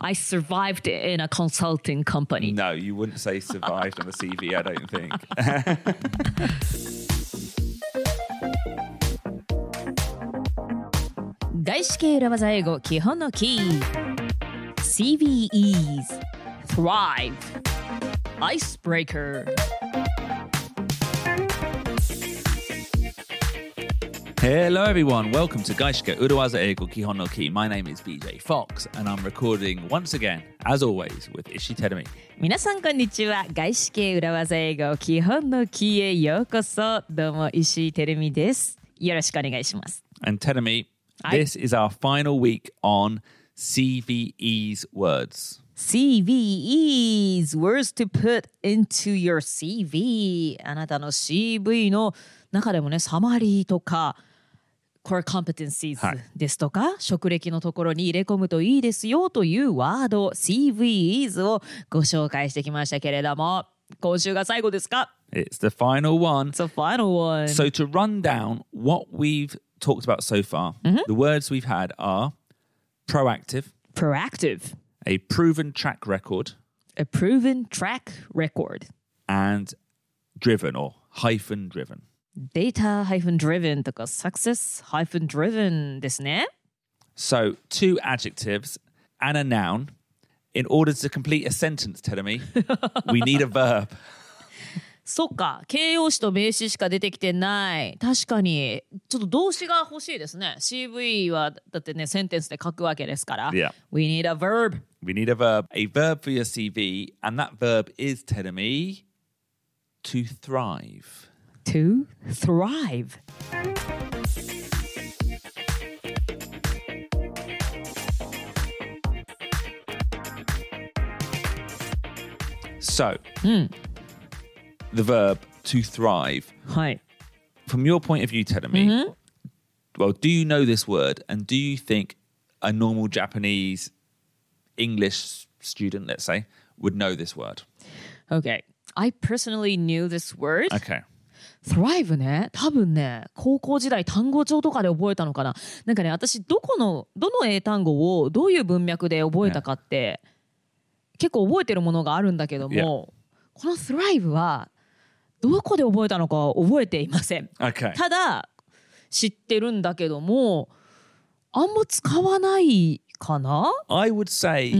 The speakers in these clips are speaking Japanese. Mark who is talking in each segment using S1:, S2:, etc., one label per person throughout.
S1: I survived in a consulting company.
S2: No, you wouldn't say survived on the CV, I don't think.
S1: CVEs Thrive Icebreaker
S2: Hello, everyone. Welcome to Gaishike Uruwaza Eigo Kihon no Ki. My name is BJ Fox, and I'm recording once again, as always, with Ishi Terumi.
S1: 皆さんこんにちは外資系裏技英語基本のキーへようこそどうも石井てるみですよろしくお願いします
S2: And Terumi,
S1: Hi.
S2: this is our final week on CVE's words.
S1: CVEs words to put into your CV あなたの CV の中でもねサマリーとか core competencies
S2: はい
S1: ですとか、職歴のところに入れ込むといいですよというワード CVEs をご紹介してきましたけれども今週が最後ですか
S2: It's the final one.
S1: It's a final one
S2: So, to run down what we've talked about so far, the words we've had are proactive,
S1: proactive
S2: a proven track record,
S1: a proven track record.
S2: and driven or hyphen driven.
S1: data-driven とか success-driven ですね。
S2: So, two adjectives and a noun. In order to complete a sentence, Telemi, we need a verb.
S1: そっか、形容詞と名詞しか出てきてない。確かに、ちょっと動詞が欲しいですね。CV はだってね、センテンスで書くわけですから。
S2: Yeah.
S1: We need a verb.
S2: We need a verb, a verb for your CV, and that verb is, Telemi, to thrive.
S1: to thrive.
S2: So, the verb to thrive.
S1: はい。
S2: From your point of view, Telemi, well, do you know this word, and do you think a normal Japanese English student, let's say, would know this word?
S1: Okay. I personally knew this word.
S2: Okay.
S1: Thrive ね、多分ね、高校時代単語帳とかで覚えたのかな。なんかね、私、どこの、どの英単語をどういう文脈で覚えたかって、結構覚えてるものがあるんだけども、この Thrive は、どこで覚えたのかは覚えていません。
S2: Okay.
S1: ただ、知ってるんだけども、あんま使わないかな
S2: I would say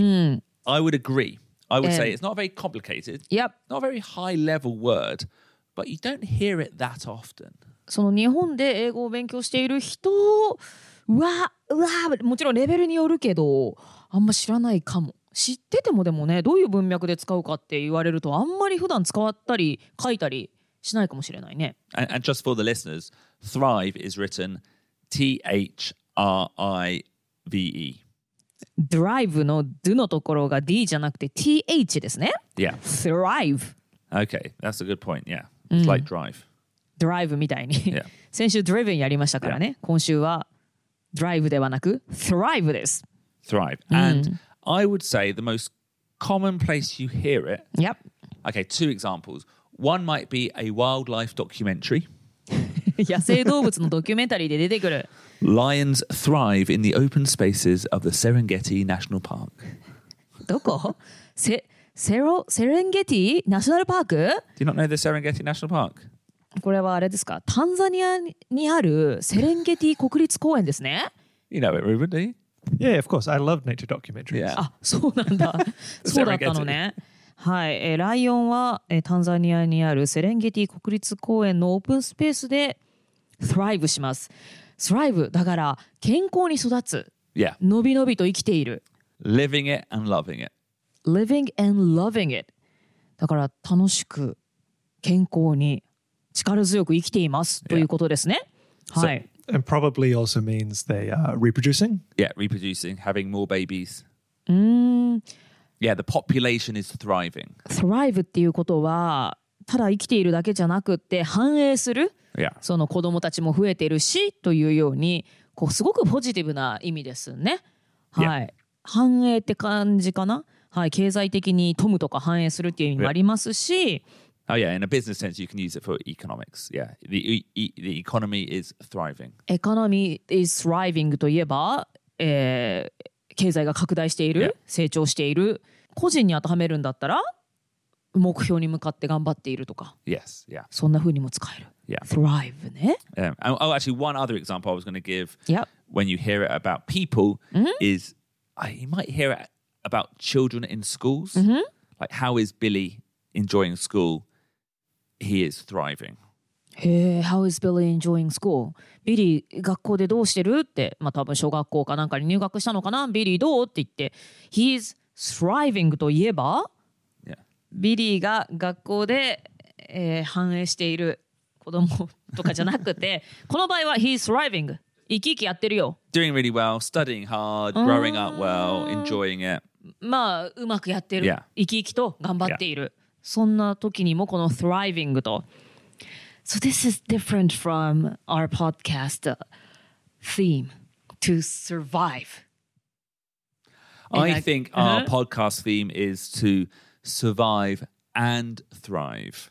S2: I would agree. I would say
S1: Um,
S2: it's not very complicated,
S1: いや、
S2: not a very high level word, but you don't hear it that often.
S1: その日本で英語を勉強している人はうわもちろんレベルによるけどあんま知らないかも知っててもでもねどういう文脈で使うかって言われるとあんまり普段使ったり書いたりしないかもしれないね
S2: And, and just for the listeners, thrive is written T H R I V E.
S1: Drive の「do」のところが D じゃなくて TH ですね
S2: Yeah.
S1: Thrive
S2: Okay, that's a good point. Yeah, it's like drive.
S1: Drive みたいに、
S2: Yeah.
S1: 先週 Driven やりましたからね、今週は Drive ではなく Thrive です
S2: Thrive, and I would say the most common place you hear it.
S1: Yep
S2: Okay, two examples. One might be a wildlife documentary.
S1: 野生動物のドキュメンタリーで出てくる
S2: Lions thrive in the open spaces of the Serengeti National Park.
S1: どこセセロセレンゲティナショナルパーク
S2: Do you not know the Serengeti National Park?
S1: これはあれですかタンザニアにあるセレンゲティ国立公園ですね
S2: You know it, Ruben, do you?
S3: Yeah, of course. I love nature documentaries.
S1: あそうなんだ そうだったのねはい、えーライオンは、えータンザニアにあるセレンゲティ国立公園のオープンスペースで Thrive します Thrive だから健康に育つ
S2: Yeah.
S1: のびのびと生きている
S2: Living it and loving it.
S1: living and loving it だから楽しく健康に力強く生きていますということですね。はい。
S3: And probably also means they are reproducing.
S2: Yeah, reproducing, having more babies. Yeah, the population is thriving.
S1: thrive っていうことはただ生きているだけじゃなくって繁栄する
S2: Yeah.
S1: その子供たちも増えてるしというようにこうすごくポジティブな意味ですね。はい。繁栄って感じかな。はい。経済的に富むとか繁栄するっていう意味もありますし、
S2: Oh, yeah. In a business sense, you can use it for economics. Yeah. The, e- e- the economy is thriving.
S1: エコノミー is thriving といえば、えー経済が拡大している、
S2: Yeah.
S1: 成長している個人に当てはめるんだったら目標に向かって頑張っているとか
S2: Yes. Yeah.
S1: そんな風にも使える。
S2: Yeah.
S1: Thrive ね。
S2: Um, oh, oh, actually, one other example I was going to give
S1: Yep.
S2: when you hear it about people is I, you might hear it about children in schools. Like, how is Billy enjoying school? He is thriving.
S1: へえ、How is Billy enjoying school? ビリー学校でどうしてるって、まあ多分小学校かなんかに入学したのかなビリーどうって言って、He is thriving といえば
S2: Yeah.
S1: ビリーが学校で、えー反映している子供とかじゃなくて、 この場合は He is thriving 生き生きやってるよ。
S2: Doing really well, studying hard, growing up well, enjoying it.
S1: まあうまくやってる、
S2: Yeah.
S1: 生き生きと頑張っている、そんな時にもこの thriving と So this is different from our podcast theme to survive
S2: I
S1: Exact-
S2: think our podcast theme is to survive and thrive.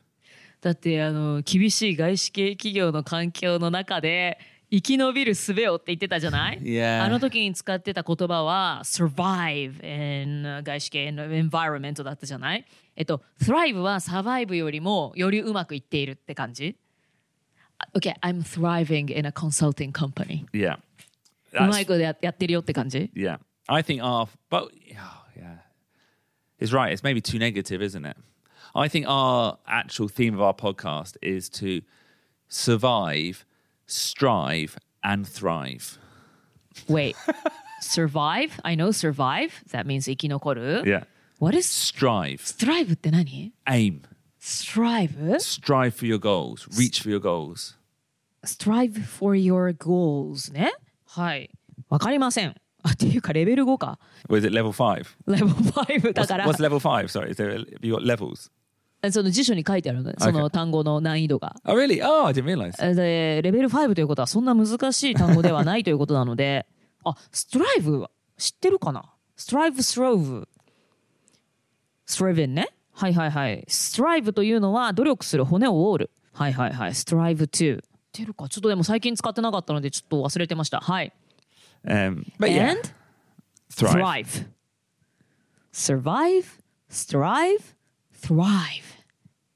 S1: だってあの厳しい外資系企業の環境の中で生き延びる術をって言ってたじゃない、
S2: Yeah.
S1: あの時に使ってた言葉は survive in 外資系の environment だったじゃないえっと thrive は survive よりもよりうまくいっているって感じ Okay, I'm thriving in a consulting company.
S2: Yeah.
S1: う
S2: That's-
S1: まいことややってるよって感じ
S2: yeah. I think our, but oh, yeah, it's right. It's maybe too negative, isn't it? I think our actual theme of our podcast is to survive, strive, and thrive.
S1: Wait, survive? I know survive. That means 生き残る。
S2: Yeah.
S1: What is
S2: Strive,
S1: thrive って何
S2: aim,
S1: ?strive?
S2: strive for your goals, reach for your goals.
S1: strive for your goals ね。はい。わかりません。あっていうかレベル5か。
S2: Or is it level five?
S1: レベル5だ
S2: What's,
S1: から。
S2: what's level five? Sorry, is there, have you got levels?
S1: その辞書に書いてあるのよその単語の難易度が。
S2: Oh, really? Oh, I didn't realize.
S1: でレベル5ということはそんな難しい単語ではないということなのであストライブは知ってるかなストライブスローブストライブンねはいはいはいストライブというのは努力する骨を折るはいはいはいストライブ2知ってるかちょっとでも最近使ってなかったのでちょっと忘れてましたはい
S2: Um, but yeah,
S1: And
S2: thrive.
S1: thrive. Survive, strive, thrive.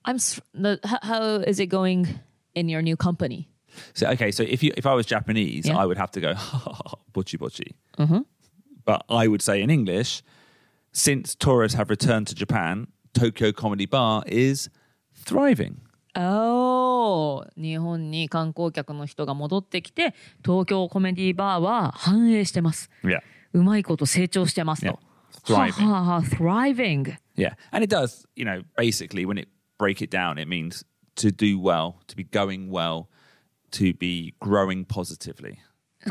S1: I'm s- the, how, how is it going in your new company?
S2: So okay, so if you if I was Japanese,
S1: Yeah.
S2: I would have to go butchy butchy. But I would say in English, since tourists have returned to Japan, Tokyo Comedy Bar is thriving.
S1: おー日本に観光客の人が戻ってきて東京コメディバーは繁栄してます
S2: Yeah,
S1: うまいこと成長してますと
S2: Yeah. Thriving.
S1: ははは thriving
S2: yeah, and it does. You know, basically, when it break it down, it means to do well, to be going well, to be growing positively.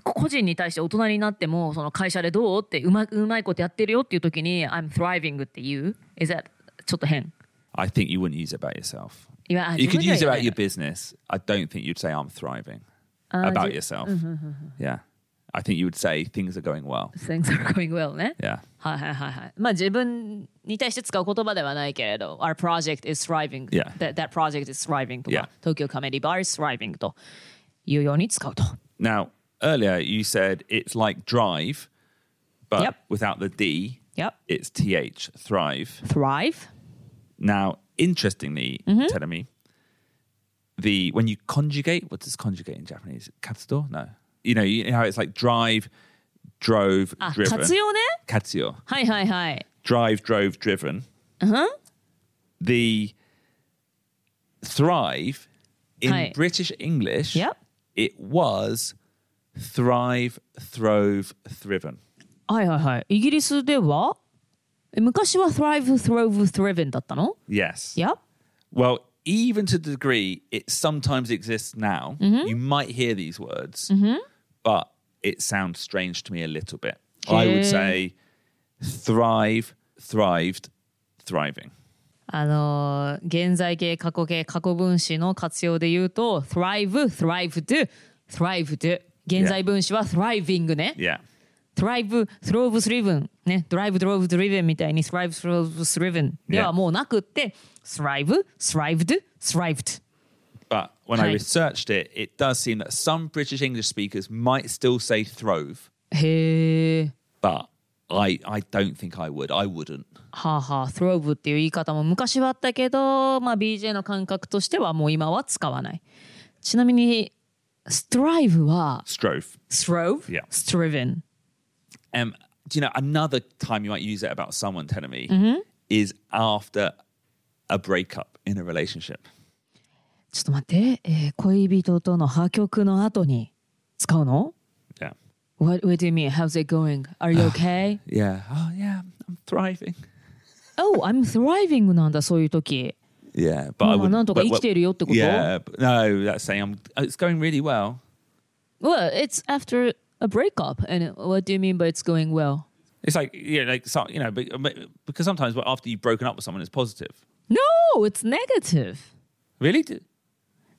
S1: 個人に対して大人になってもその会社でどうってうまうまいことやってるよっていう時に I'm thriving って言う Is that ちょっと変
S2: I think you wouldn't use it about yourself.
S1: いやあ
S2: you could
S1: 自分では
S2: use it
S1: 言えない
S2: about your business. I don't think you'd say I'm thriving about yourself. Yeah. I think you would say things are going well.
S1: Things are going well ね
S2: Yeah.
S1: はいはいはいはい。まあ自分に対して使う言葉ではないけれど、Our project is thriving.
S2: Yeah.
S1: That, that project is thriving と
S2: Yeah.
S1: か、東京カメディバー is thriving というように使うと。
S2: Now, earlier you said it's like drive, but
S1: Yep.
S2: without the D,
S1: Yep.
S2: it's TH, thrive.
S1: Thrive?
S2: Now, interestingly, telling me, the when you conjugate, what does conjugate in Japanese? Katsudo? No. You know, you know how it's like drive, drove,
S1: あ、
S2: driven.
S1: 活用ね。
S2: Katsuyo.
S1: はいはいはい。
S2: drive, drove, driven.
S1: Uh-huh.
S2: The thrive in
S1: Hi.
S2: British English,
S1: Yep.
S2: it was thrive, throve, thriven.
S1: はいはいはい。イギリスではえ昔は Thrive, Throve, Thriven だったの
S2: Yes.
S1: Yep.
S2: Well, even to the degree it sometimes exists now,
S1: Mm-hmm.
S2: you might hear these words, but it sounds strange to me a little bit. I
S1: Okay.
S2: would say thrive, thrived, thriving.
S1: あのー現在形、過去形、過去分詞の活用で言うと、Thrive, Thrived, Thrived。現在分詞は Thriving ね。
S2: Yeah.
S1: トライブ、スローブ、スリブン、ね、ドライブ、ドローブ、ドリブンみたいに、スライブ、スローブ、スリブンではもうなくって、スライブ、スライブド、スライブド。
S2: But when I
S1: Hi.
S2: researched it, it does seem that some British English speakers might still say throve,
S1: へえ、
S2: but I I don't think I would. I wouldn't.
S1: はあはあ、throw 部っていう言い方も昔はあったけど、まあ、BJ の感覚としてはもう今は使わない。ちなみに、strive は
S2: Strove.
S1: throve?
S2: Yeah.
S1: striven.
S2: Um, do you know another time you might use it about someone telling me is after a breakup in a relationship.
S1: ちょっと待って、えー恋人との破局の後に使うの
S2: Yeah.
S1: What, what do you mean? How's it going? Are you okay?
S2: Yeah. Oh yeah. I'm thriving.
S1: oh, I'm thriving なんだ、そういう時。
S2: Yeah, but I
S1: Oh,
S2: would.
S1: なんとか
S2: but- but-
S1: 生きているよってこと？
S2: Yeah, but no, that's saying I'm. It's going really well.
S1: Well, it's after a breakup. And what do you mean by it's going well?
S2: It's like yeah, like so, you know, but, but- because sometimes well, after you've broken up with someone, it's positive.
S1: No, it's negative.
S2: Really? D-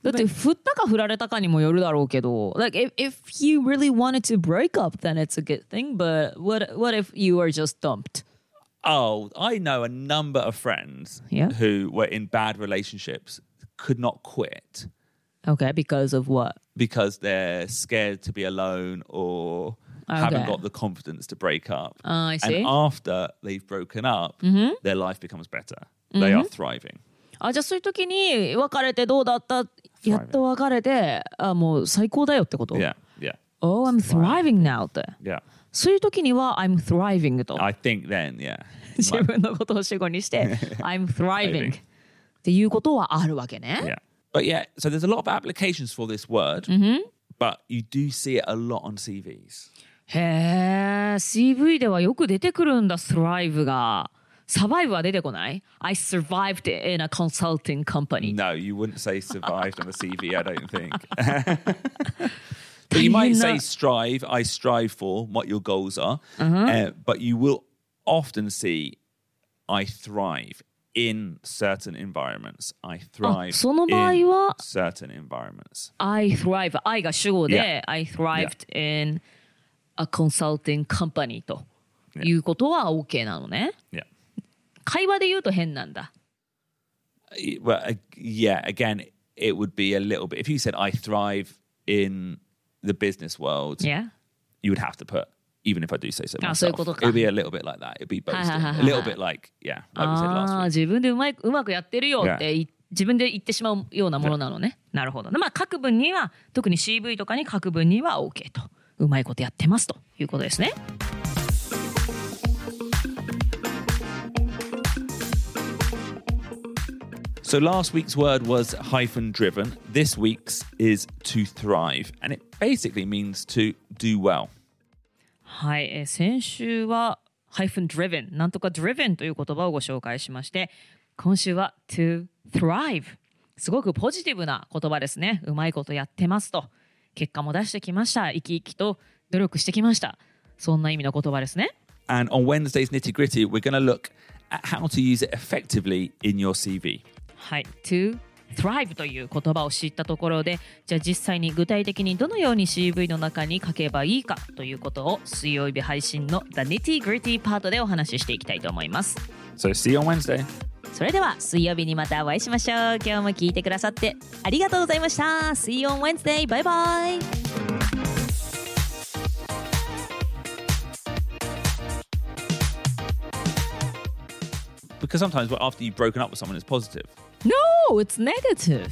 S1: だって振ったか振られたかにもよるだろうけど、like if if you really wanted to break up, then it's a good thing. But what what if you are just dumped?
S2: Oh, I know a number of friends
S1: Yeah.
S2: who were in bad relationships could not quit
S1: Okay, because of what?
S2: because they're scared to be alone or haven't
S1: Okay.
S2: got the confidence to break up.
S1: Oh, I see. Mm-hmm.
S2: And after they've broken up, their life becomes better. They are thriving.
S1: あじゃあ Ah, そういう時に別れてどうだった？やっと別れて、あもう最高だよってこと。
S2: Yeah, yeah,
S1: Oh, I'm thriving now って。
S2: yeah.
S1: そういう時には I'm thriving と
S2: I think then, yeah.
S1: 自
S2: Might-
S1: 分のことを主語にして I'm thriving っていうことはあるわけね。
S2: Yeah. But yeah, so there's a lot of applications for this word,
S1: Mm-hmm.
S2: but you do see it a lot on CVs.
S1: へえ CV ではよく出てくるんだ Thrive がサバイブは出てこない I survived in a consulting company
S2: No, you wouldn't say survived on a CV, I don't think. but you might say strive, I strive for what your goals are, uh, but you will often see I thrive in certain environments. I thrive
S1: その場合は-
S2: in certain environments.
S1: I thrive I が主語で
S2: Yeah.
S1: I thrived in a consulting company ということは OK なのね
S2: Yeah.
S1: 会話で言うと変なんだ
S2: Uh, well, uh, yeah, again, it would be a little bit. If you said I thrive in the business world,
S1: Yeah
S2: you would have to put. Even if I do say so
S1: Ah,
S2: myself,
S1: そういうことか。
S2: it would be a little bit like that. It'd be boasting, a little bit like yeah, like we said
S1: ああ
S2: last
S1: 自分でうまいうまくやってるよって
S2: Yeah.
S1: い自分で言ってしまうようなものなのね。なるほど。まあ各文には特に CV とかに各文には OK とうまいことやってますということですね。
S2: week. So last week's word was hyphen driven. This week's is to thrive, and it basically means to do well.
S1: はい、えー先週は hyphen driven なんとか driven という言葉をご紹介しまして今週は to thrive すごくポジティブな言葉ですねうまいことやってますと結果も出してきました生き生きと努力してきましたそんな意味の言葉ですね
S2: And on Wednesday's nitty gritty, we're going to look at how to use it effectively in your CV.
S1: はい、to thrive という言葉を知ったところで、じゃあ実際に具体的にどのように CV の中に書けばいいかということを水曜日配信の The Nitty Gritty パートでお話ししていきたいと思います。
S2: So see you on Wednesday.
S1: それでは水曜日にまたお会いしましょう。今日も聞いてくださってありがとうございました。See you on Wednesday. Bye bye.
S2: Because sometimes well, after you've broken up with someone, it's positive.
S1: No, it's negative.